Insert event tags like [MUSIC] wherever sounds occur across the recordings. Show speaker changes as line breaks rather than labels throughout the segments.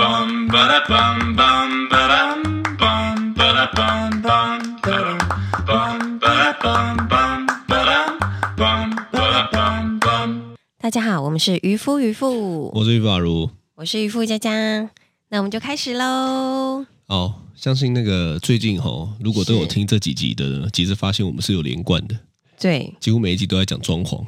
bum ba da bum bum ba dum bum ba da bum bum ba dum bum ba da bum bum ba dum bum ba da bum bum.
大家好，我们是渔夫渔妇，
我是于法如。
我是渔夫佳佳，那我们就开始喽。
哦，相信那个最近哦，如果都有
是
听这几集的呢，其实发现我们是有连贯的，
对，
几乎每一集都在讲装潢。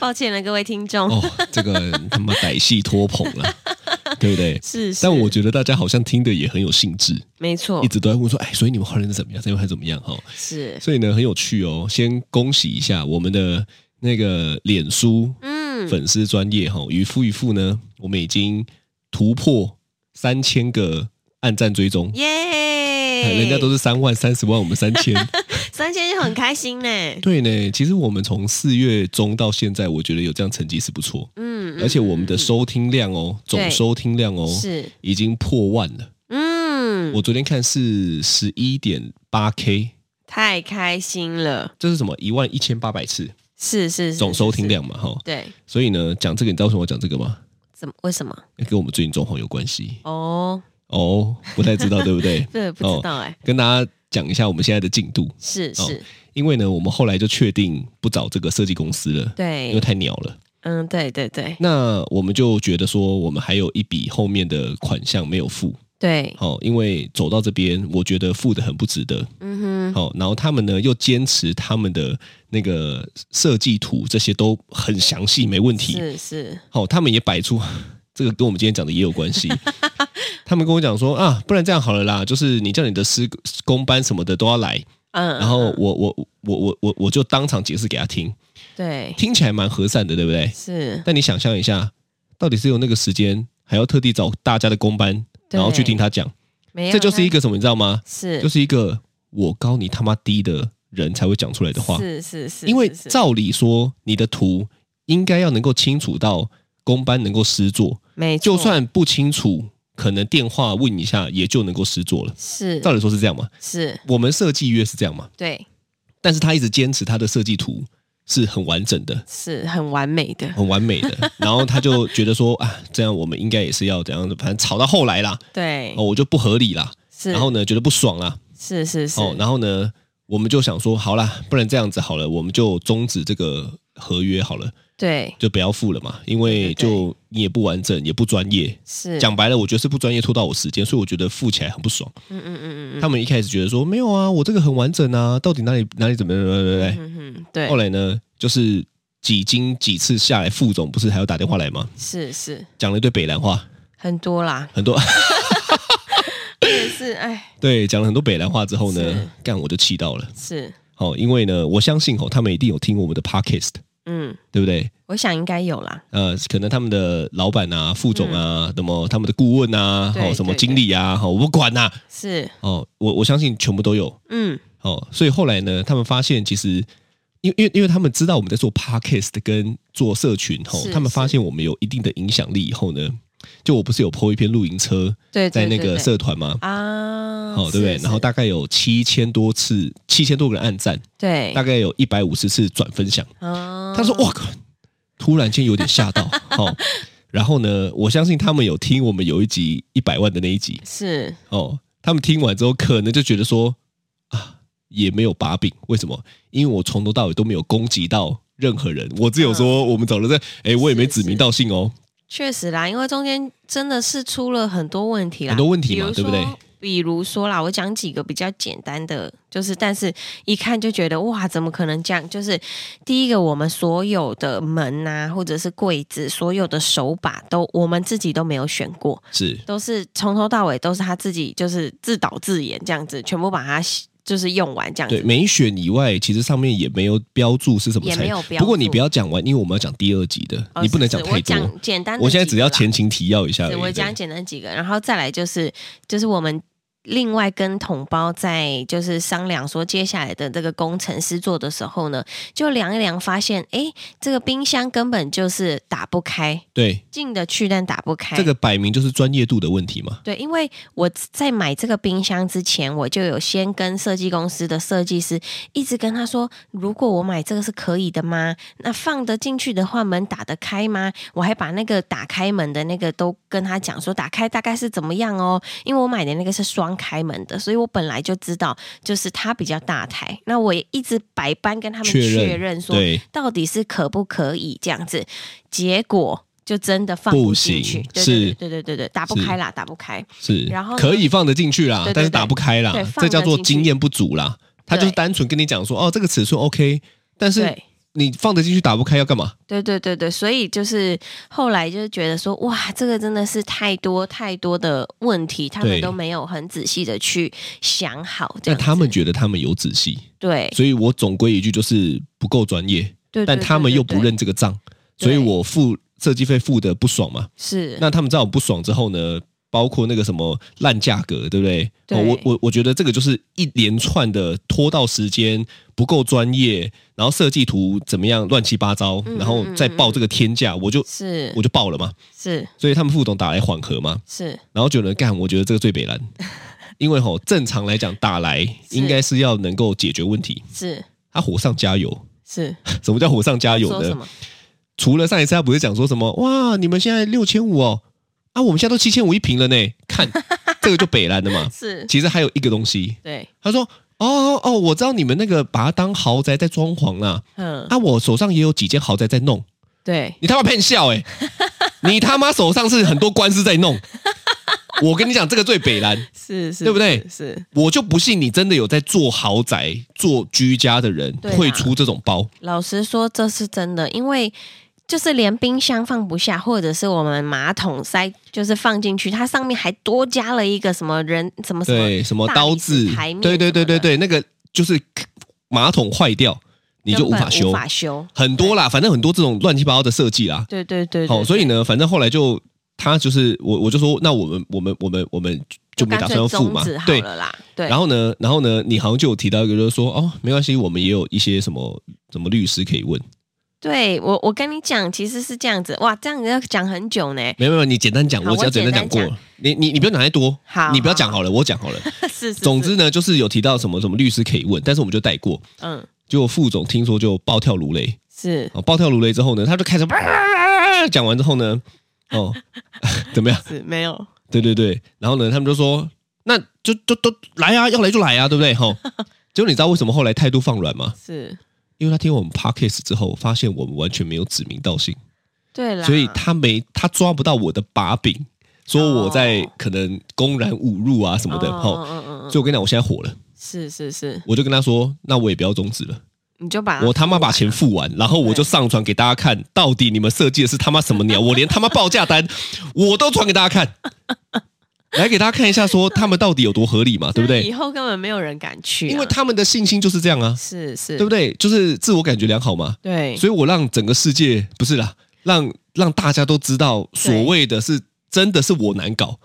抱歉了各位听众，
哦， [LAUGHS] 这个他妈歹戏拖棚了， [LAUGHS] 对不对？
是哦是，
但我觉得大家好像听的也很有兴致，
没错
一，直都在问说，哎，所以你们后来是怎么样？最后还怎么样？哈、
是，
所以呢，很有趣哦。先恭喜一下我们的那个脸书
嗯，
粉丝专业哈，渔夫渔夫呢，我们已经突破三千个按赞追踪。哎
耶，
人家都是三万、三十万，我们三
[LAUGHS]
千。
三千就很开心呢。
对呢，其实我们从四月中到现在，我觉得有这样成绩是不错，
嗯，
而且我
嗯
们的收听量哦，
对
总收听量哦，
是，
已经破万了。
嗯，
我昨天看是十一点八 K，
太开心了，
这是什么？一万一千八百次
是是是，
总收听
是，
量嘛，哈
是。对，
所以呢，讲这个，你知道为什么我讲这个吗？
怎么为什么？
跟我们最近状况有关系
哦，
哦，不太知道，对不对？ [LAUGHS]
对，不知道哎，
跟大家讲一下我们现在的进度，
是
哦
是，
因为呢，我们后来就确定不找这个设计公司了，因为
对，
太鸟了。
嗯，对对对
那我们就觉得说，我们还有一笔后面的款项没有付，
对，
好、因为走到这边，我觉得付的很不值得，
嗯哼，
好、然后他们呢又坚持他们的那个设计图，这些都很详细，没问题，
是是，
好、他们也摆出 [LAUGHS] 这个跟我们今天讲的也有
[LAUGHS]
关系。他们跟我讲说啊，不然这样好了啦，就是你叫你的施工班什么的都要来，
嗯，
然后我我我我我我就当场解释给他听，
对，
听起来蛮和善的，对不对？
是，
但你想象一下，到底是有那个时间，还要特地找大家的工班，
对
然后去听他讲，
没有，
这就是一
个
个什么，你知道吗？
是
就是一个我高你他妈低的人才会讲出来的话，
是是是，
因为
是
照理说你的图应该要能够清楚到工班能够施作，
没
就
错
算不清楚，可能电话问一下也就能够施作了。
是
照理说是这样嘛？
是，
我们设计约是这样嘛？
对，
但是他一直坚持他的设计图是很完整的，
是很完美的，
很完美
[LAUGHS]
的。然后他就觉得说啊，这样我们应该也是要怎样的，反正吵到后来啦，
对
哦，，我就不合理啦，
是，
然后呢觉得不爽啦，
是是是，
哦，然后呢我们就想说，好啦，不然这样子好了，我们就终止这个合约好了，
对，
就不要付了嘛，因为
对对对
就你也不完整，也不专业。
是，
讲白了，我觉得是不专业拖到我时间，所以我觉得付起来很不爽。
嗯嗯嗯嗯嗯，
他们一开始觉得说没有啊，我这个很完整啊，到底哪里哪里怎么样？对不对？
嗯嗯，对
后，来呢，就是几经几次下来，副总不是还要打电话来吗？
是是
讲了一堆北兰话，
很多啦，
很多 [LAUGHS]
也是，哎，
对，讲了很多北兰话之后
是
呢，干我就气到了。
是，
好、因为呢，我相信哦，他们一定有听我们的 podcast，
嗯，
对不对？
我想应该有啦，
呃，可能他们的老板啊、副总啊，什么他们的顾问啊，
嗯对
哦，什么
对
经理啊，哦，我不管呐、
是，
哦，我我相信全部都有。
嗯，
哦，所以后来呢，他们发现其实，因因为因为他们知道我们在做 podcast 跟做社群吼、
是
他们发现我们有一定的影响力以后呢，就我不是有 po 一篇露营车
对，
在
对
那
对
个
对
社团吗？
啊，
哦，对不对？
是
然后大概有七千多次，七千多个人按赞，
对
大，概有一百五十次转分享。
啊
他说：“哇靠！”突然间有点
[LAUGHS]
吓到，哦。然后呢，我相信他们有听我们有一集一百万的那一集
是
哦，他们听完之后可能就觉得说啊，也没有把柄，为什么？因为我从头到尾都没有攻击到任何人，我只有
嗯
说我们找了在，哎，我也没指名道姓哦，
确实啦，因为中间真的是出了很多问题啦，
很多问题嘛
比如说
对不对？
比如说啦，我讲几个比较简单的，就是但是一看就觉得哇，怎么可能这样？就是第一个，我们所有的门呐、或者是柜子，所有的手把都我们自己都没有选过，
是
都是从头到尾都是他自己就是自导自演这样子，全部把它就是用完这样
对，
子。
没选以外，其实上面也没有标注是什么
也
菜
没有标
不过你
注
不要讲完，因为我们要讲第二集的，
哦
你不能
是
讲
是
太多。
我讲简单的几个啦，
呃我现在只要前情提要一下而
对
已。
我
对
讲简单几个，然后再来就是就是我们另外跟同胞在就是商量说接下来的这个工程师做的时候呢，就量一量发现，哎，这个冰箱根本就是打不开，
对，
进得去但打不开。
这个摆明就是专业度的问题嘛。
对，因为我在买这个冰箱之前，我就有先跟设计公司的设计师一直跟他说，如果我买这个是可以的吗？那放得进去的话，门打得开吗？我还把那个打开门的那个都跟他讲说，打开大概是怎么样哦。因为我买的那个是双开门的，所以我本来就知道，就是它比较大台。那我也一直百般跟他们
确认
确认说，
对，
到底是可不可以这样子？结果就真的放
不
进去
行，
对
是
对对对对对，打不
是
开啦，打不开。
是，
然后呢
可以放得进去啦，
对对
但是打不开啦
对，放
这叫做
得进去
经验不足啦。他就是
对
单纯跟你讲说，哦，这个尺寸 OK，但是
对
你放得进去打不开要干嘛？
对对对对，所以就是后来就是觉得说，哇，这个真的是太多太多的问题，他们
对
都没有很仔细的去想好这
但
样子。
他们觉得他们有仔细，
对
所以我总归一句就是不够专业，
对，
但
对
他们
对
又
对
不认这个账，
对
所以我付设计费付的不爽嘛。
是
那他们知道我不爽之后呢，包括那个什么烂价格，对不对？
对
哦、我我我觉得这个就是一连串的拖到时间不够专业，然后设计图怎么样乱七八糟，
嗯
然后再报这个天价，我就。
是
我就爆了嘛，
是
所以他们副总打来缓和嘛，
是
然后觉得干，我觉得这个最
[LAUGHS]
北蓝，因为吼正常来讲打来
是
应该是要能够解决问题，
是
他火上加油， [LAUGHS]
是，
什么叫火上加油
说
呢
什？么？
除了上一次他不是讲说什么哇，你们现在六千五哦，啊，我们现在都七千五一平了呢，
[LAUGHS]
看这个就北蓝的嘛。
是
其实还有一个东西，
对，
他说哦哦，我知道你们那个把它当豪宅在装潢啦、
嗯
啊，，我手上也有几间豪宅在弄，
对
你他妈骗笑
[LAUGHS]
哎、你他妈手上是很多官司在弄，我跟你讲这个最北蓝，
是是，
对不对
是是
我就不信你真的有在做豪宅、做居家的人
对啦啊
会出这种包，
老实说，这是真的，因为就是连冰箱放不下，或者是我们马桶塞就是放进去，它上面还多加了一个什么人什么什么，
对，什么
大理
刀子
石台面，
对对对
什么
对
的
对，那个就是马桶坏掉，你就
根
无
本
法修
无，法修。
很多啦，反正很多这种乱七八糟的设计啦。
对对对，
好，
对
所以，呢，反正后来就他就是我，我就说，那我们我们我们我们就
对
没打算要付
干
嘛
脆终止，好
对。
了啦，对，
然
后
后呢，然后呢，你好像就有提到一个，就是说哦，没关系，我们也有一些什么什么律师可以问，
对我我跟你讲，其实是这样子，哇，这样子要讲很久
[LAUGHS]
呢，
没有没有，你简单讲，
好
我只要简单讲
我简
过，你你你不要讲太多，
好
你不要讲好了，我讲好了。
[LAUGHS] 是是，
总
是，
之呢，就是有提到什么什么律师可以问，但是我们就带过。
嗯，
结果副总听说就暴跳如雷，
是
哦，暴跳如雷之后呢，他就开始啊讲完之后呢，哦， [LAUGHS] 怎么样？
是没有，
对对对，然后呢，他们就说，那就就都来啊，要来就来啊，对不对？吼、结果你知道为什么后来态度放软吗？
是
因为他听我们 podcast 之后，发现我们完全没有指名道姓，
对啦，
所以他没他抓不到我的把柄，说我在
哦
可能公然侮辱啊什么的，吼、
哦嗯嗯嗯
所以我跟你讲，我现在火了，
是是是，
我就跟他说，那我也不要终止了。
你就把它
我他妈把钱付完，然后我就上传给大家看，到底你们设计的是他妈
[LAUGHS]
什么鸟？我连他妈报价单 [LAUGHS] 我都传给大家看，来给大家看一下，说他们到底有多合理嘛，对不
以
对？
后根本没有人敢去啊，
因为他们的信心就是这样啊，
是是，
对不对？就是自我感觉良好嘛，
对
所以我让整个世界不是啦，让让大家都知道，所谓的是真的是我难搞，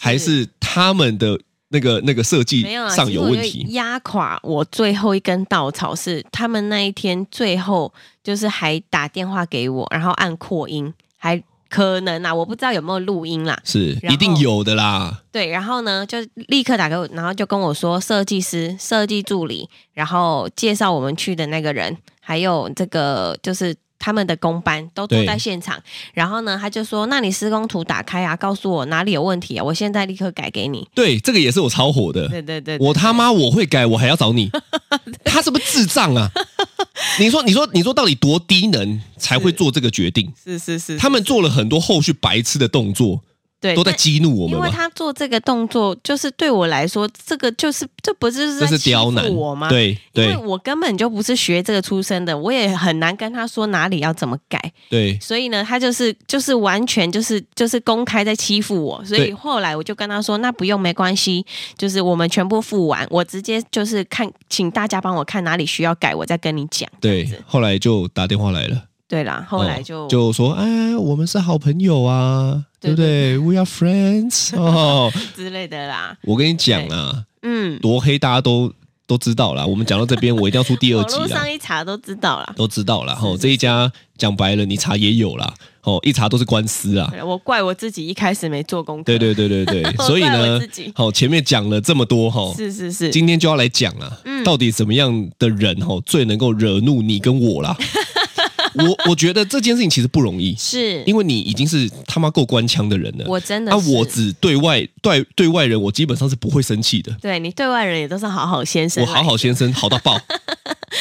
还是他们的那个那个设计
没有啊，
上
其实
有
我
问
觉得
题？
压垮我最后一根稻草是他们那一天最后就是还打电话给我，然后按扩音，还可能啊，我不知道有没有录音啦。
是
然后
一定有的啦，
对，然后呢就立刻打给我，然后就跟我说设计师、设计助理，然后介绍我们去的那个人，还有这个就是。他们的工班都坐
对
在现场，然后呢，他就说：“那你施工图打开啊，告诉我哪里有问题啊，我现在立刻改给你。
对，这个也是我超火的。
对”对对对，
我他妈我会改，我还要
[LAUGHS]
找你，他是不是智障啊？你说，你说，你说，到底多低能才会做这个决定？
是是是，
他们做了很多后续白痴的动作，
对
都在
但
激怒我们
因为
嘛？
他做这个动作，就是对我来说，这个就是这不是就是
这
在
是
欺
刁难
负我吗？，
对
因为
对
我根本就不是学这个出身的，我也很难跟他说哪里要怎么改。
对，
所以呢，他就是就是完全就是就是公开在欺负我。所以
对
后来我就跟他说，那不用没关系，就是我们全部付完，我直接就是看，请大家帮我看哪里需要改，我再跟你讲。这样
对
子，
后来就打电话来了，
对啦，后来
哦
就、
就说，哎，我们是好朋友啊，对不对？We are friends [LAUGHS] 哦。
之类的啦，
我跟你讲啊，
嗯，
多黑大家都都知道啦。我们讲到这边，我一定要出第二
网
集
络
啦
上，一查都知道啦。
都知道啦。
是
吼，
是
这一家讲白了，你查也有啦。哦，一查都是官司
[LAUGHS]
啊。
我怪我自己一开始没做功课，
对对对对对，所以
我
呢
自己，
好，前面讲了这么多哈，吼
是嗯是是，
哦今天就要来讲啊，到底什么样的人哈最能够惹怒你跟
[LAUGHS]
我啦？我我觉得这件事情其实不容易，
是
因为你已经是他妈够官腔的人了。
我真的
啊，
是
我只对外对对外人，我基本上是不会生气的。
对你对外人也都是好好先生啊
我
来的，
好好先生，好到
[LAUGHS]
爆，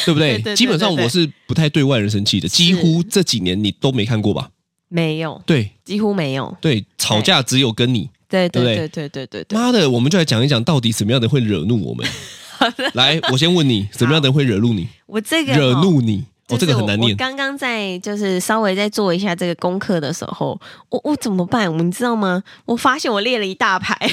对不
对
对
对对？
基本上
对对
我是不太对外人生气的，几乎这几年你都没看过吧？
没有，
对
几乎没有，
对，吵架只有跟你。
对
对不
对对
对
对对对对，
妈的，我们就来讲一讲，到底什么样的人会惹怒我们？来，我先问你，什么样的人会惹怒你？
我这个
惹
哦
怒你，
就
哦，这
是
个
我
很难
我
念。
刚刚在就是稍微在做一下这个功课的时候，我我怎么办？你知道吗？我发现我列了一大排， [LAUGHS]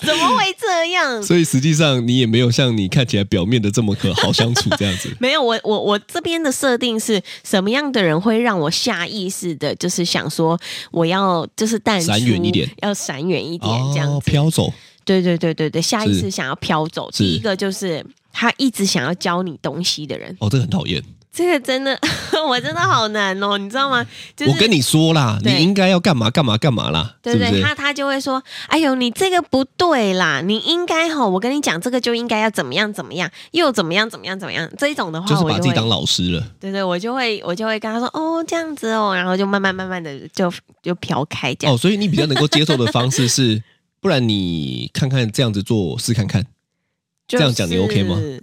怎么会这样？。
所以实际上你也没有像你看起来表面的这么可好相处这样子
[LAUGHS] 没有，我我我这边的设定是什么样的人会让我下意识的，就是想说我要就是淡出
闪远一点，
要闪远一点这样
哦，
子。
飘走，
对对对对对，下意识
是
想要飘走。
是
第一个就是他一直想要教你东西的人，
哦，这个很讨厌。
这个真的我真的好难哦，你知道吗？就是、
我跟你说啦，你
对
应该要干嘛干嘛干嘛啦，
对不对？
是不是？
他他就会说：“哎呦，你这个不对啦，你应该吼，我跟你讲，这个就应该要怎么样怎么样，又怎么样怎么样怎么样。”这一种的话，
就是
我
把
就
自己
会
当老师了。
对对，我就会我就会跟他说：“哦，这样子哦。”然后就慢慢慢慢的就就飘开这样。
哦，所以你比较能够接受的方
[LAUGHS]
式是，不然你看看这样子做试看看，
就
这样讲你 OK 吗
是？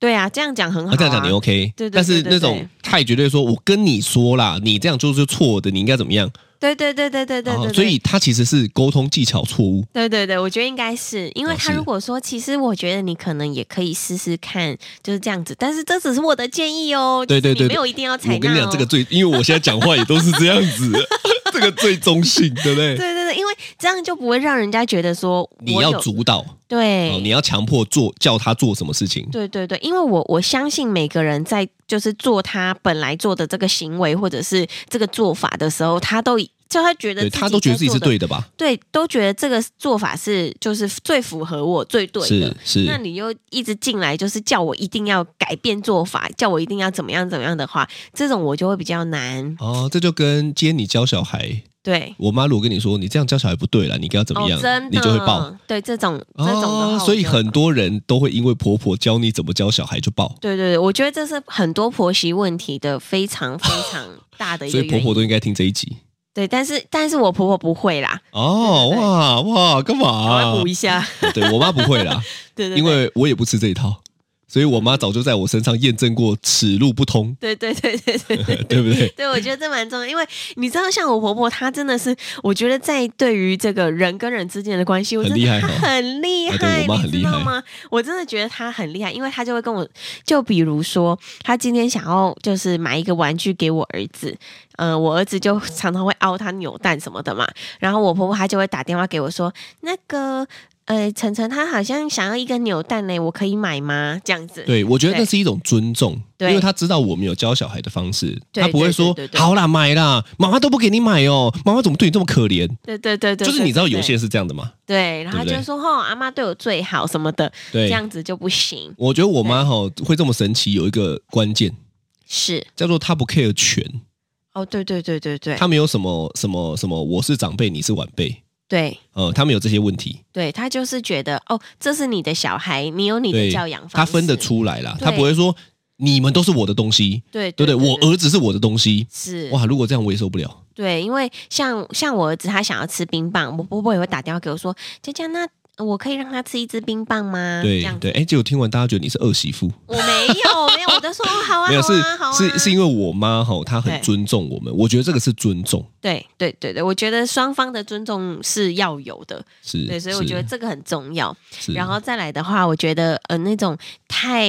对啊，这样讲很好、
啊，这样讲你 OK。
对对对
但是那
对
种
对
太绝对说，我跟你说啦，你这样做是错的，你应该怎么样？
对对对对对对对
哦
对。
所以他其实是沟通技巧错误。
对对对，我觉得应该是，因为
哦
他
是
如果说，其实我觉得你可能也可以试试看，就是这样子，但是这只是我的建议哦，
对对
就是
对
你没
对
有一定要采纳、哦。
我跟你讲，这个最，因为我现在讲话也都是这样
[LAUGHS]
子，这个最中性，对不
对
对？
对对，因为这样就不会让人家觉得说我
你要
有
主导，
对、
哦，你要强迫做，叫他做什么事情。
对对对，因为我我相信每个人在就是做他本来做的这个行为或者是这个做法的时候，他都就他觉得
对
己
他都觉得自己
在
是
做的，
对的吧？
对，都觉得这个做法是就是最符合我最对的
是。是，
那你又一直进来，就是叫我一定要改变做法，叫我一定要怎么样怎么样的话，这种我就会比较难。
哦，这就跟今天你教小孩，
对，
我妈如果跟你说你这样教小孩不对了，你应该要怎么样，
哦、真的
你就会爆。。
对，这种这种的话、
哦，所以很。多人都会因为婆婆教你怎么教小孩就爆，
对对对，我觉得这是很多婆媳问题的非常非常大的一
[LAUGHS] 所
个
以婆
原因。
婆都应该听这一集。
对，但是但是我婆婆不会啦，
哦，
对对对
哇哇，干
我
嘛
要补？一下。
对我妈不会啦，
[LAUGHS] 对对嗯对，，
啊因为我也不吃这一套，所以我妈早就在我身上验证过此路不通
对对对对对对。
对不对？
对，我觉得这蛮重要，因为你知道，像我婆婆，她真的是，我觉得在对于这个人跟人之间的关系，我
很
真的
厉害
她
哈
很厉
啊
害，
对我妈很
你
厉
知道
害
吗？我真的觉得她很厉害，因为她就会跟我，就比如说，她今天想要就是买一个玩具给我儿子，呃，我儿子就常常会凹他扭蛋什么的嘛，然后我婆婆她就会打电话给我说，那个。呃，晨晨他好像想要一个扭蛋呢，我可以买吗？这样子，
对，我觉得
对
那是一种尊重，因
对
为她知道我们有教小孩的方式，
对
她不会
对
说
对对对
好啦买啦，妈妈都不给你买哦，妈妈怎么对你这么可怜？
对对对对，
就是你知道
对
有
对
些人是这样的嘛？
对，然后她
对不
就
对
会说哦，阿妈对我最好什么的，
对
这，样子就不行。
我觉得我妈哈会这么神奇，有一个关键
是，
叫做她不 care 权，
哦，对对对对对，
她没有什么什么什么我是长辈，你是晚辈，
对
呃，她没有这些问题，
对，他就是觉得哦，这是你的小孩，你有你的
对
教养方式，
她分得，出来啦，
对
她不会说你们都是我的东西，
对
对不
对
对？我儿子是我的东西，
是哇，
哇，如果这样我也受不了，
对，因为像像我儿子他想要吃冰棒，我婆婆也会打电话给我说，佳佳，那呃我可以让他吃一支冰棒吗？嗯这
对
样子
对，哎，结果听完大家觉得你是二媳妇，
我没有没有，我都说哦好啊，
[LAUGHS] 没有
好
是
啊好啊
是是因为我妈哈，她很
对
尊重我们，我觉得这个是尊重，
对对对对，我觉得双方的尊重是要有的，
是，哦
对，所以我觉得这个很重要。
这
然后再来的话，我觉得呃那种太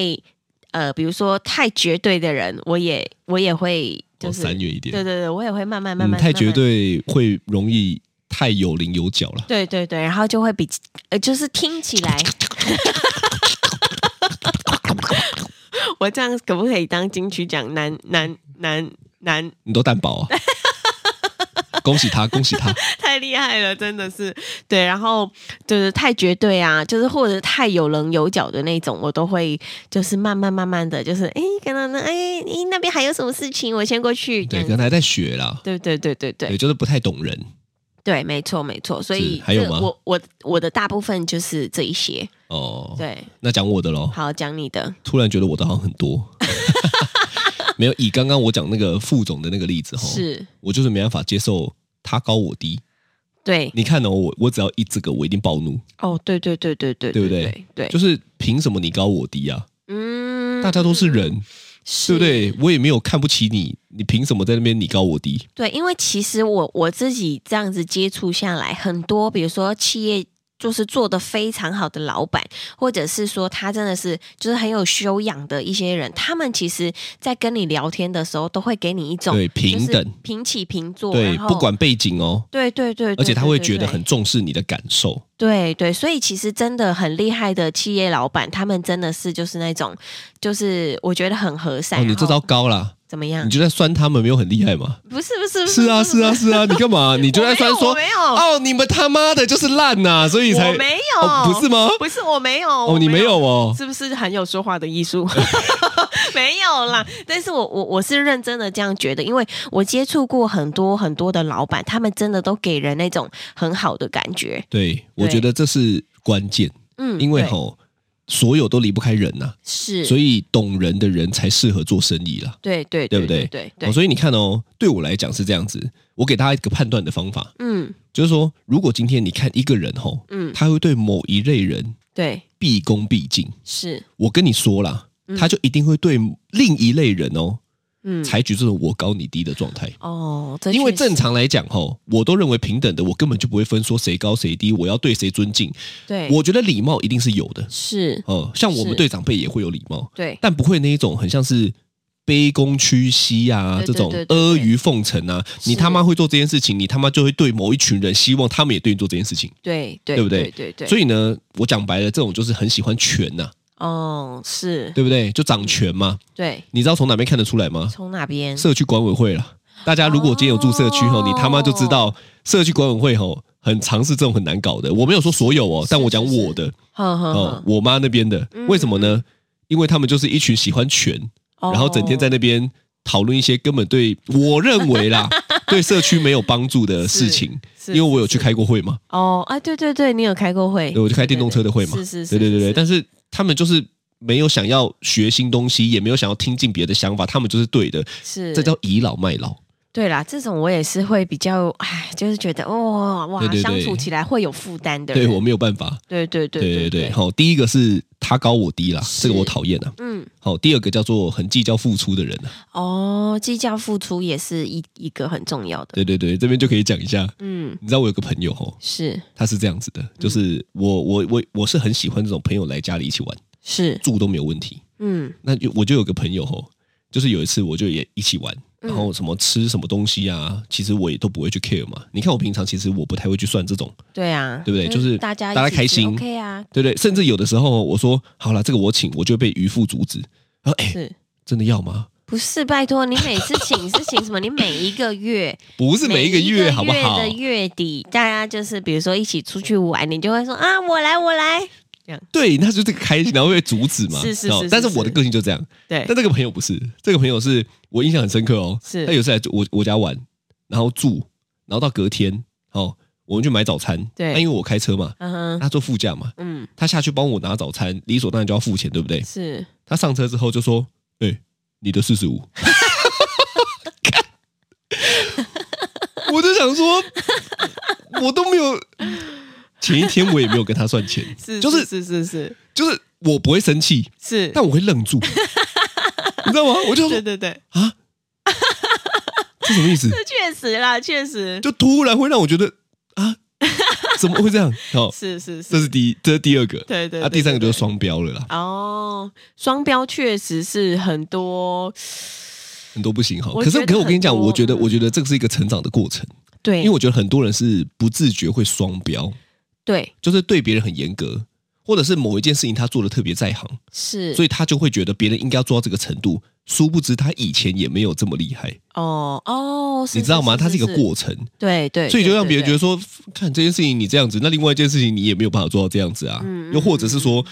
呃，比如说太绝对的人，我也我也会就是、
散远一
对对
点，
对，我也会慢慢慢
嗯，
慢
太
慢
绝
慢。
对会容易太有棱有角
[LAUGHS]
了。
对对对，然后就会比呃，就是听起 [LAUGHS] 来，我这样可不可以当金曲奖男男男难，
你都
[LAUGHS]
蛋堡啊！恭喜他，恭喜他！
太厉害了，真的是对。然后就是太绝对啊，就是或者太有棱有角的那种，我都会就是慢慢慢慢的就是哎，可能呢哎哎那边还有什么事情，我先过去。这
对，
样
可能还在学啦，
对对对对对
对，就是不太懂人。
对，没错没错。所以
是还有
这
吗
我我我的大部分就是这一些。
哦，
对，
那讲我的喽。
好讲你的，
突然觉得我的好像很多，
[LAUGHS]
没有以刚刚我讲那个副总的那个例子哈，
是
我就是没办法接受他高我低。
对
你看哦，我我只要一这个，我一定暴怒，
哦，对对对对对
对不
对
对？
对，
就是凭什么你高我低啊？
嗯
大家都是人，对
是
不对？我也没有看不起你，你凭什么在那边你高我低？
对，因为其实我我自己这样子接触下来，很多比如说企业。就是做的非常好的老板，或者是说他真的是就是很有修养的一些人，他们其实，在跟你聊天的时候，都会给你一种
对
就是
平等
平起平坐，
对，
然后
不管背景哦，
对对对，
而且
对
他
对
会
对
觉得
对
很重视你的感受。
对对，所以其实真的很厉害的企业老板，他们真的是就是那种，就是我觉得很和善。
哦，你这
然后
招高啦，
怎么样
你？就在酸他们没有很厉害吗？
不是不是
是啊，是啊，，是啊，你干嘛？你
你
就在酸
[LAUGHS]
说
嗯没有，
哦，你们他妈的就是烂呐、所以才
我没有，
哦，不是吗？
不是我没有，
哦，
我
你没有哦，
是不是很有说话的艺
[LAUGHS]
术？没有啦，但是我我我是认真的这样觉得，因为我接触过很多很多的老板，他们真的都给人那种很好的感觉。
对，我觉得这是关键，
嗯，
因为
对
吼，所有都离不开人呐、
是，
所
以
以懂人的人才适合做生意啦。
对对
对不
对
对
对
哦，所以你看哦，对我来讲是这样子，我给大家一个判断的方法，
嗯
就是说，如果今天你看一个人吼，
嗯，
他会对某一类人
对
毕恭毕敬，
是，
我跟你说啦，
嗯
他就一定会对另一类人哦，
嗯，
采取这种我高你低的状态。
哦，这
因为
确
正
实
常来讲，吼，我都认为平等的，我根本就不会分说谁高谁低，我要对谁尊敬。
对，
我觉得礼貌一定是有的，
是
哦，像我
是
们对长辈也会有礼貌，
对
但不会那一种很像是卑躬屈膝啊
对
这种
对对
阿
对
谀奉承啊。
是
你他妈会做这件事情，你他妈就会对某一群人希望他们也对你做这件事情。
对对
对不
对对
对
对，
所
以
以呢，我讲白了，这种就是很喜欢权呐、
哦是，
对不对？就掌权嘛。
对，
你知道从哪边看得出来吗？
从哪边
社区管委会啦。大家如果今天有住社区吼，
哦
你他妈就知道社区管委会吼很尝试这种很难搞的。我没有说所有哦，但我讲
是是
我的
呵
哦
呵，
我妈那边的
嗯，
为什么呢？因为他们就是一群喜欢权，
呵，
然后整天在
哦
那边讨论一些根本对我认为啦
[LAUGHS]
对社区没有帮助的事情。
是
因为我有去
是
开过会嘛，
哦啊，对对对，你有开过会，
对，我就开电动车的会嘛
是，是是，
对对对对。
是
但是他们就是没有想要学新东西，也没有想要听进别的想法，他们就是对的，
是
这叫倚老卖老。
对啦，这种我也是会比较，哎，就是觉得哦哇
对对对
相处起来会有负担的人，
对我没有办法，
对对对
对对
对
对，，好，第一个是他高我低啦，
是
这个我讨厌啊。
嗯
好，第二个叫做很计较付出的人啊，
哦，计较付出也是一一个很重要的，
对对对，这边就可以讲一下。
嗯
你知道我有个朋友吼，
是
他是这样子的，就是我我我我是很喜欢这种朋友来家里一起玩，
是
住都没有问题。
嗯
那就我就有个朋友吼，就是有一次我就也一起玩，
嗯
然后什么吃什么东西啊，其实我也都不会去 care 嘛。你看我平常其实我不太会去算这种，
对啊，
对不对就是
大家
大家
一起
开
吃
心
，OK 啊，
对不对？甚至有的时候我说好了，这个我请，我就被渔夫阻止。然后哎，
是。
真的要吗？
不是，拜托你每次请是请
[LAUGHS]
什么？你每一个月
不是每一个月好不
每一
好
个？月的月底，大家就是比如说一起出去玩，你就会说啊，我来，我来。
对，那就是开心，然后会阻止嘛。
是是是
然后
是
但是
是
我的个性就这样。
对
但这个朋友不是，这个朋友是我印象很深刻哦。
是
他有一次来我我家玩，然后住，然后到隔天哦，我们去买早餐。啊
对
那因为我开车嘛，
嗯哼，
他坐副驾嘛，
嗯，
他下去帮我拿早餐，理所当然就要付钱，对不对？
是
他上车之后就说：“哎、你的四十五。” [LAUGHS] 看我就想说，我都没有。前一天我也没有跟他算钱，
是
就是
是是是
就是我不会生气，
是，
但我会愣住，
[LAUGHS]
你知道吗？我就
对
说
对对，
啊，这什么
[LAUGHS]
意思？
这确实啦，确实
就突然会让我觉得啊，怎么会
[LAUGHS]
这样？哦，
是是是，
这是第一，这是第二个，
对对。
啊，
对
第三个就是。
对对
双标了啦，
哦，双标确实是很多，
很多不行哈。
我
可是，
觉得
可是我跟你讲，
很多
我觉得，
嗯
我觉得这是一个成长的过程，
对，
因为我觉得很多人是不自觉会双标，
对
就是对别人很严格，或者是某一件事情他做的特别在行，
是，
所
以
以他就会觉得别人应该要做到这个程度，殊不知他以前也没有这么厉害，
哦哦，是
你知道吗？
是
它是一个，
是
过程，
对对，
所以就让别人觉得
说，
说，看这件事情你这样子，那另外一件事情你也没有办法做到这样子啊。
嗯嗯
又或者是说，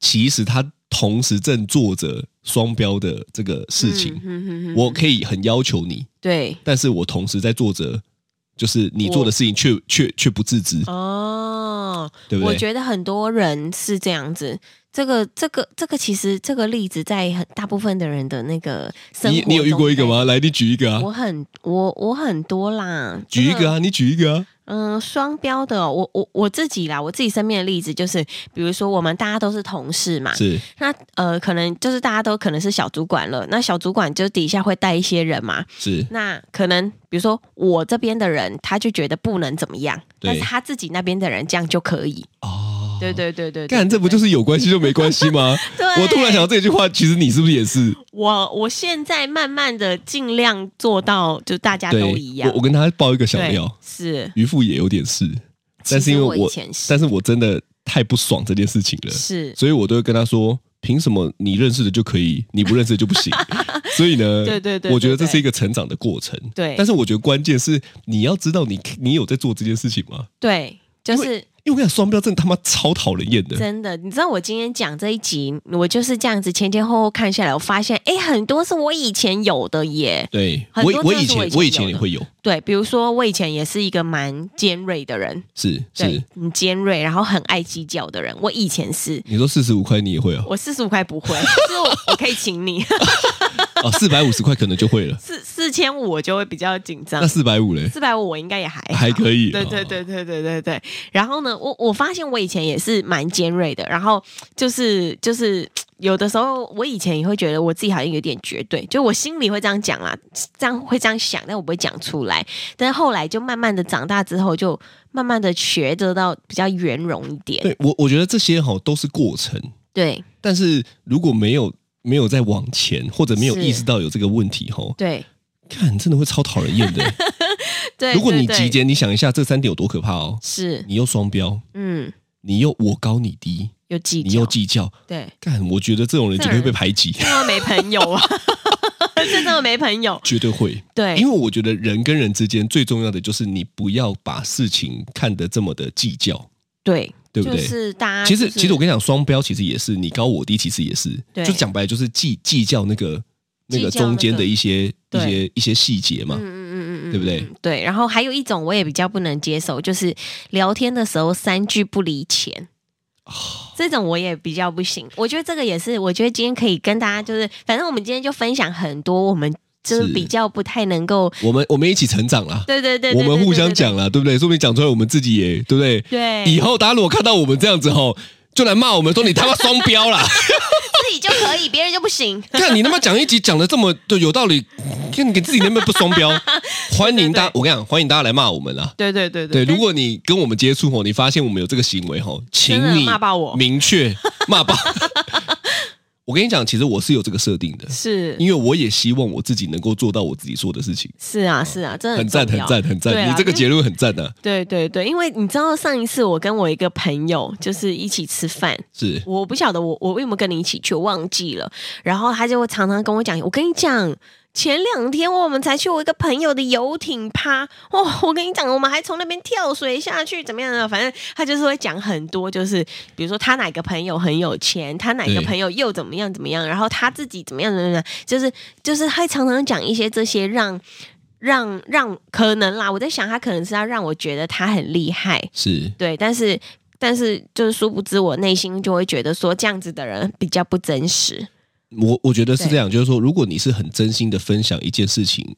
其实他同时正做着双标的这个事情，
嗯情
我可以很要求你，
对
但是我同时在做着。就是你做的事情却却却不自知，
哦，
对不
我
对？
觉得很多人是这样子。这个这个这个其实这个例子在很大部分的人的那个生活
你你有遇
中
过一个
在？
吗？来，你举一个啊，
我很我我很多啦，
举一
这
个啊，你举
[LAUGHS]
一个啊。
嗯，双标的哦、我我我自己啦，我自己身边的例子就是，比如说我们大家都是同事嘛，
是，
那呃，可能就是大家都可能是小主管了，那小主管就底下会带一些人嘛， [LAUGHS]
是
那可能比如说我这边的人，他就觉得不能怎么样，
对
但是他自己那边的人这样就可以，
哦，
对对对对对
干这不就是有关系就没关
[LAUGHS]
系吗？
对？
我突然想到这句话，其实你是不是也是？
我我现在慢慢的尽量做到，就大家
对，
都一样
我我，跟他爆一个小
对
料，
是，
渔夫也有点事，
其
但是
实
因为
我以
我，
前是
但是我真的太不爽这件事情了，
是，
所以我都会跟他说，凭什么你认识的就可以，你不认识的就不行？ [LAUGHS] 所以呢，
对对对
我觉得这
对对
是一个成长的过程。
对
但是我觉得关键是你要知道你你有在做这件事情吗？
对，就
因为
是。
因为我跟你讲，双标真的他妈超讨人厌的。
真的，你知道我今天讲这一集，我就是这样子前前后后看下来，我发现哎，诶很多是我以前有的耶。
对，
很
我
多
我
真的
以
是我以
前
前
我以前
有
也
的
会有，
对，比如说我以前也是一个蛮尖锐的人，
是是
对，，很尖锐，然后很爱计较的人。我以前是，
你说四十五块你也会啊？
我四十五块不
[LAUGHS]
会，所以我我可以请你
哦，四百五十块可能就会
[LAUGHS]
了，
四四千五，我就会比较紧张
那。四百五嘞，
四百五我应该也还好
呃还可以。
对对对对对对对。然后呢，我我发现我以前也是蛮尖锐的，然后就是就是有的时候，我以前也会觉得我自己好像有点绝对，就我心里会这样讲啦，这样会这样想，但我不会讲出来。但是后来就慢慢的长大之后，就慢慢的学得到比较圆融一点。
对我我觉得这些哈都是过程，
对
但是如果没有没有再往前，或者没有
是
意识到有这个问题吼，
对
看真的会超讨人厌的。
[LAUGHS] 对，
如果你
对
集
对
结，你想一下这三点有多可怕哦，
是
你又双标，
嗯
你又我高你低，
有计
你又
较，
计较，
对，
干，我觉得这种人绝对会被排挤，
这么没朋友 [LAUGHS] 啊，这真的没朋友。
绝对会。
对，
因为我觉得人跟人之间最重要的就是你不要把事情看得这么的计较，
对
对不对？
就是大家、
其
就是，
实，其实我跟你讲，双标其实也是你高我低，其实也是，
对
就讲白了就是计计较那个那个
计较那个
中间的一些一
对
些一些细节嘛
嗯。嗯嗯嗯嗯，
对不对
嗯？对，然后还有一种我也比较不能接受，就是聊天的时候三句不离钱。
啊
这种我也比较不行，我觉得这个也是，我觉得今天可以跟大家就是，反正我们今天就分享很多，我们就是
是
比较不太能够，
我们我们一起成长啦，
对对对
我
对
们
对
互
对
相
对
讲啦，对不对？说不定讲出来我们自己也对不对？
对，
以后大家如果看到我们这样子吼，就来骂我们说你他妈双标
[LAUGHS]
啦！
自己就可以，别人就不行。
看你他妈讲一集讲的这么对有道理，看你给自己能不能不双
[LAUGHS]
标？欢迎大，我跟你讲，欢迎大家来骂我们啦。
[LAUGHS] 对对对
对，如果你跟我们接触吼，你发现我们有这个行为吼，请
真的
你
骂爆我 [LAUGHS]
明确骂爆。我跟你讲，其实我是有这个设定的，
是
因为我也希望我自己能够做到我自己说的事情，
是啊是啊，真的
哦很赞，
重
很
要
赞，很
对
赞。
啊
你这个
因为
结论很赞的，
对对对，因为你知道上一次我跟我一个朋友就是一起吃饭，
是
我不晓得我我有没有跟你一起去，我忘记了。然后他就会常常跟我讲，我跟你讲。前两天我们才去我一个朋友的游艇趴，哦，我跟你讲，我们还从那边跳水下去，怎么样呢？反正他就是会讲很多，就是比如说他哪个朋友很有钱，他哪个
对
朋友又怎么样怎么样，然后他自己怎么样怎么样，就是就是他常常讲一些这些让让让可能啦，我在想他可能是要让我觉得他很厉害，
是，
对，但是但是就是殊不知，我内心就会觉得说这样子的人比较不真实。
我我觉得是
对
这样，就是说，如果你是很真心的分享一件事情，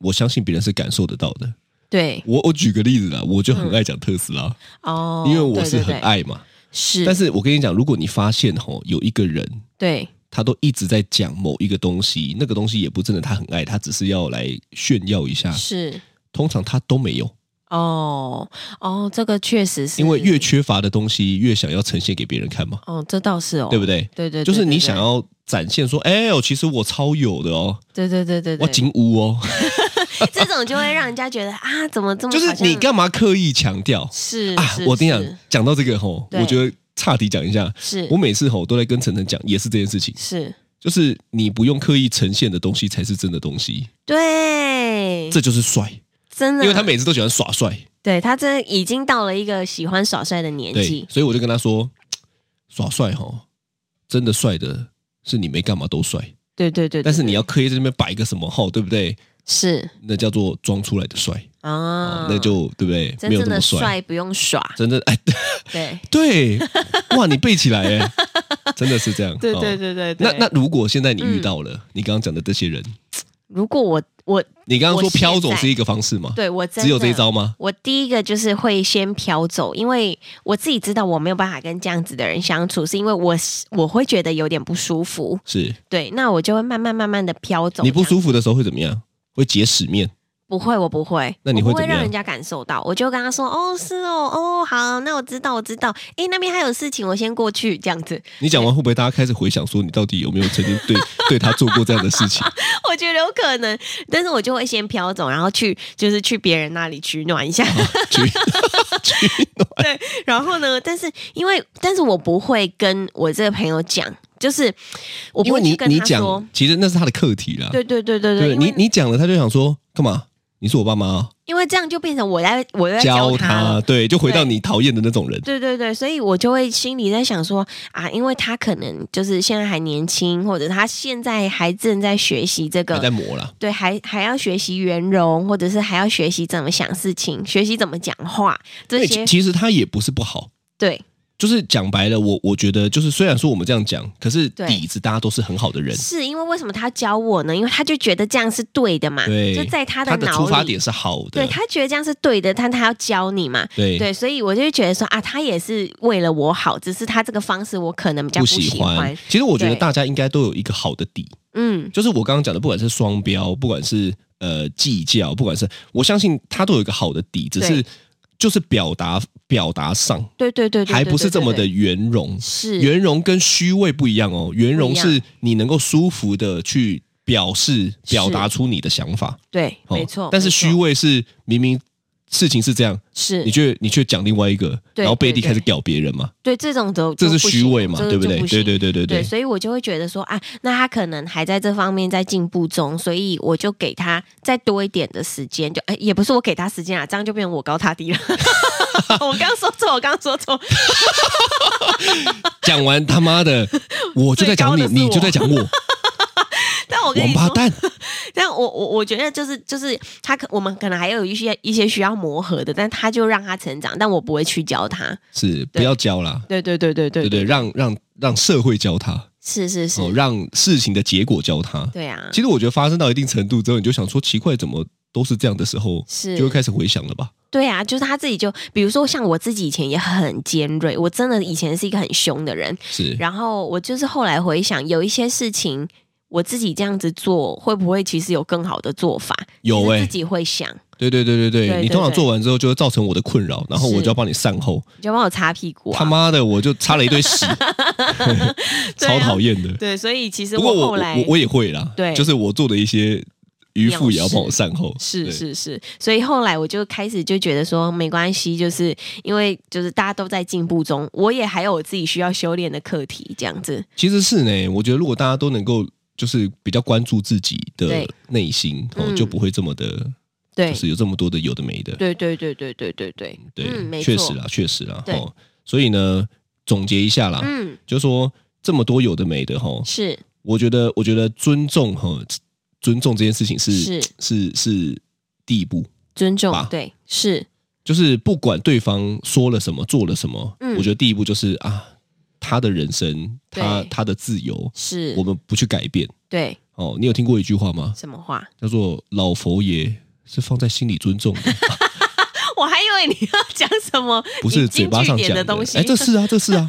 我相信别人是感受得到的。
对，
我我举个例子啦，我就很爱讲特斯拉，
嗯哦，
因为我是
对
很
对对
爱嘛。
是，
但是我跟你讲，如果你发现吼有一个人
对
他都一直在讲某一个东西，那个东西也不真的他很爱，他只是要来炫耀一下。
是
通常他都没有，
哦哦，这个确实是
因为越缺乏的东西越想要呈现给别人看嘛，
哦，这倒是哦，
对不对？
对？对对，
就是你
对
想，要展现说，哎呦，其实我超有的哦，
对对对对
我
对，
金屋哦，
这种就会让人家觉得啊，怎么这么
就是
好像
你干嘛刻意强调
是
啊？
是
我跟你
是
讲，讲到这个吼，
对
我觉得岔题讲一下，
是
我每次吼都在跟晨晨讲，也是这件事情。
是
就是你不用刻意呈现的东西才是真的东西，
对，
这就是帅，
真的，
因为他每次都喜欢耍帅，
对他真的已经到了一个喜欢耍帅的年
对
纪，，
所以我就跟他说，耍帅哈，真的帅的是你没干嘛都帅，
对对对对
但是你要刻意在那边摆一个什么号，对不对？
是
那叫做装出来的帅，
啊
哦，那就对不对？
真
没有
正
那么
的帅不用
[LAUGHS]
耍，
真的哎，
对
对，哇，你背起来哎，真的是这样，
[LAUGHS] 对
哦
对对对
那
对。嗯
那如果现在你遇到了、你刚刚讲的这些人，
如果我我
你刚刚说
我现
飘走
在
是一个方式吗？，
对我真的
只有这一招吗？
我第一个就是会先飘走，因为我自己知道我没有办法跟这样子的人相处，是因为我是我会觉得有点不舒服。
是
对，那我就会慢慢慢慢的飘走。
你不
这样
舒服的时候会怎么样？会解屎面，
不会，我不会。
那你
我
会
不会
怎么
让
样
人家感受到？我就跟他说：“哦，是哦，哦，好，那我知道，我知道。诶，那边还有事情，我先过去。”这样子， [LAUGHS]
你讲完会不会大家开始回想说你到底有没有曾经对 [LAUGHS] 对他做过这样的
[LAUGHS]
事情？啊
我觉得有可能，但是我就会先飘走，然后去就是去别人那里取暖一下。
去去
对，然后呢？但是因为，但是我不会跟我这个朋友讲，就是我不
因为
会
你
去跟
你
他说
讲，。其实那是他的课题啦。
对对对对对，因
你
为
你讲了，他就想说干嘛？你是我爸妈哦、
因为这样就变成我在我在
教
他
他，
了。
对，就回到
对
你讨厌的那种人。
对对对，所以我就会心里在想说啊，因为他可能就是现在还年轻，或者他现在还正在学习这
还
个
在，磨啦，
对，还还要学习圆融，或者是还要学习怎么想事情，学习怎么讲话这
对，
些
其，其实他也不是不好，
对，
就是讲白了，我我觉得就是虽然说我们这样讲，可是
对
底子大家都是很好的人，
是因为为什么他教我呢？因为他就觉得这样是对的嘛，
对，
就在他
他
脑里，
出发点是好的，
对他觉得这样是对的，但他要教你嘛。
对
对，所以我就会觉得说啊，他也是为了我好，只是他这个方式我可能比较
不
喜
喜欢。其实我觉得大家应该都有一个好的底，
嗯，
就是我刚刚讲的，不管是双标，不管是呃计较，不管是我相信他都有一个好的底，只是
对
就是表达表达上
对对对对，
还
对
不是
对
这
对
么的
对
圆融。
是
圆融跟虚伪不一样哦，圆融
不一
是你能够舒服的去表示、表达出你的想法，
对，
哦
没错。
但是
没
虚
错
伪是明明事情是这样，
是
你却你却讲另外一个，
对
然后背
对
地
对
开始屌别人嘛，
对这种的，
这是虚伪嘛，对
不
不
行
对？对对对对
对，
对，
所以我就会觉得说啊，那他可能还在这方面在进步中，所以我就给他再多一点的时间，就、哎也不是我给他时间啊，这样就变成我高他低了。 [LAUGHS] 我刚说错，我刚说错，
讲完他
[LAUGHS]
妈的，我就在
最高
讲你，
的是
你
[LAUGHS] 我
就在讲我，
但我跟
王
你
八
说， [LAUGHS]
蛋，
但我我我觉得就是就是他可我们可能还有一些一些需要磨合的，但他就让他成长，但我不会去教他。
是不要教啦，
对对对对
对
对
对，让让让社会教他，
是是是，
哦，让事情的结果教他。
对啊，
其实我觉得发生到一定程度之后，你就想说奇怪，怎么都是这样的时候，
是
就会开始回想了吧？
对啊，就是他自己就，比如说像我自己以前也很尖锐，我真的以前是一个很凶的人，
是，
然后我就是后来回想，有一些事情我自己这样子做，会不会其实有更好的做法？
有
就是
欸
自己会想，
对对对对
对
对，
对
你通常做完之后就会造成我的困扰，然后我就要帮你善后。
你就帮我擦屁股啊。
他妈的，我就擦了一堆屎，超讨厌的。
[LAUGHS] 对，所以其实
不过
我
我
后
我
来
我我也会啦，
对
就是我做的一些渔夫也要帮我善后， [LAUGHS]
是
对，
是是，所以后来我就开始就觉得说没关系，就是因为就是大家都在进步中，我也还有我自己需要修炼的课题，这样子。
其实是呢。我觉得如果大家都能够就是比较关注自己的
对
内心，哦，
嗯
就不会这么的，
对
就，是有这么多的有的没的。
对对对对对对对，
对
嗯，，没
确实
错，
啦，确实啦。
对
哦，所以呢，总结一下啦，
嗯，
就说这么多有的没的，哈，
是
我觉得，我觉得尊重哈，尊重这件事情是
是
是是第一步，
尊重
吧，
对，是
就是不管对方说了什么，做了什么，
嗯
我觉得第一步就是啊，他的人生，他
对
他的自由，
是
我，们不去改变。
对，
哦，你有听过一句话吗？
什么
[LAUGHS]
话？
叫做“老佛爷是放在心里尊重的，
[LAUGHS]
啊
我还以为你要讲什么，
不是
你
嘴
京
巴
剧
上
点
讲
的东西。
哎，这是啊，这是啊，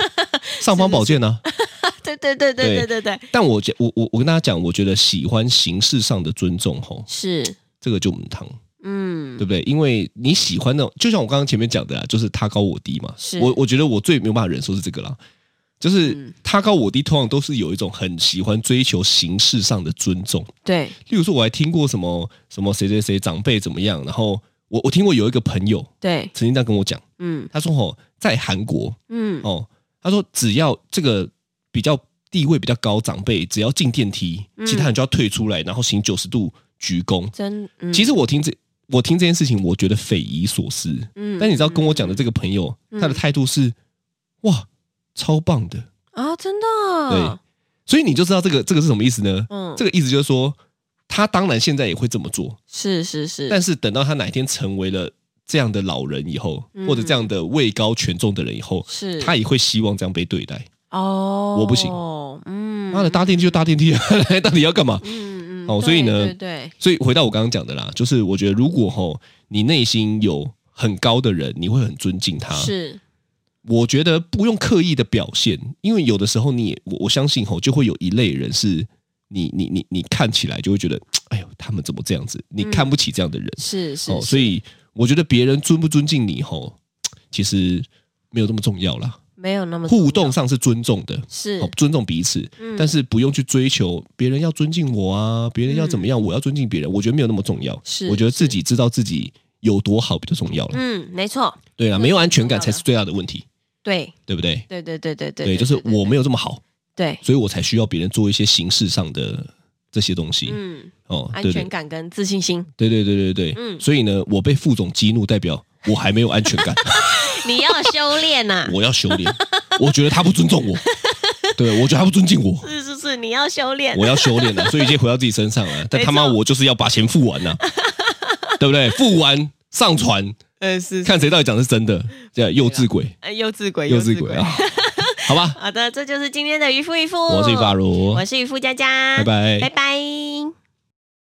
尚方宝剑啊。
[LAUGHS] 对对对对
对
对对对，
但我觉我我我跟大家讲，我觉得喜欢形式上的尊重，吼，
是，
这个就母汤。
嗯
对，不对？因为你喜欢那种，就像我刚刚前面讲的啦，就是他高我低嘛。
是
我我觉得我最没有办法忍受是这个啦，就是
嗯
他高我低，通常都是有一种很喜欢追求形式上的尊重。
对，
例如说，我还听过什么什么谁谁谁长辈怎么样，然后我我听过有一个朋友
对，
曾经这样跟我讲，
嗯
他说哦，在韩国
嗯，
哦，他说只要这个比较地位比较高长辈，只要进电梯，其
嗯
他人就要退出来，然后行九十度鞠躬。
真，嗯
其实我听这我听这件事情，我觉得匪夷所思。
嗯
但你知道跟我讲的这个朋友，他的态度是哇，超棒的。
啊，真的，
所以你就知道这个这个是什么意思呢？
嗯
这个意思就是说，他当然现在也会这么做，
是是是，
但是等到他哪一天成为了这样的老人以后，
嗯
或者这样的位高权重的人以后，
是
他也会希望这样被对待。
哦，
我不行，
嗯，
妈的，搭电梯就搭电梯啊， [LAUGHS] 到底要干嘛？
嗯嗯，
哦所以
对
呢
对对，
所以回到我刚刚讲的啦，就是我觉得如果吼你内心有很高的人，你会很尊敬他。
是，
我觉得不用刻意的表现，因为有的时候你也我我相信吼，就会有一类人是你你你你看起来就会觉得，哎呦，他们怎么这样子？你看不起这样的人、
是嗯是
哦，
是
所以我觉得别人尊不尊敬你吼，其实没有那么重要啦。
没有那么
互
重
动
要
上是尊重的，
是
哦，尊重彼此，
嗯
但是不用去追求别人要尊敬我啊，别人要
嗯
怎么样，我要尊敬别人，我觉得没有那么重要。
是
我觉得自己知道自己有多好比较重要了。
嗯，没错，
对啊，
这
没有
是
安全
重要
感才
的
是最大的问题，
对
对不对？
对对对对对
对，就是我没有这么好，
对，
所以我才需要别人做一些形式上的这些东西。
嗯，
哦，
安
对
全感跟自信心，
对对对对对对。
嗯
所以呢，我被副总激怒，代表我还没有安全
[LAUGHS]
感，
你要修炼啊呐，
我要修炼。我觉得他不尊重我，对我觉得他不尊敬我。
是是是，你要修炼
我，要修炼了，所以已经回到自己身上了。但
没错
他妈我就是要把钱付完呐、对不对？付完上传，
呃是
看谁到底讲的是真的，这幼稚鬼，
呃幼稚鬼，
幼稚鬼啊！好吧，
好的，这就是今天的渔夫渔夫， [LAUGHS]
我是法如，
我是渔夫佳佳，
拜拜
拜拜。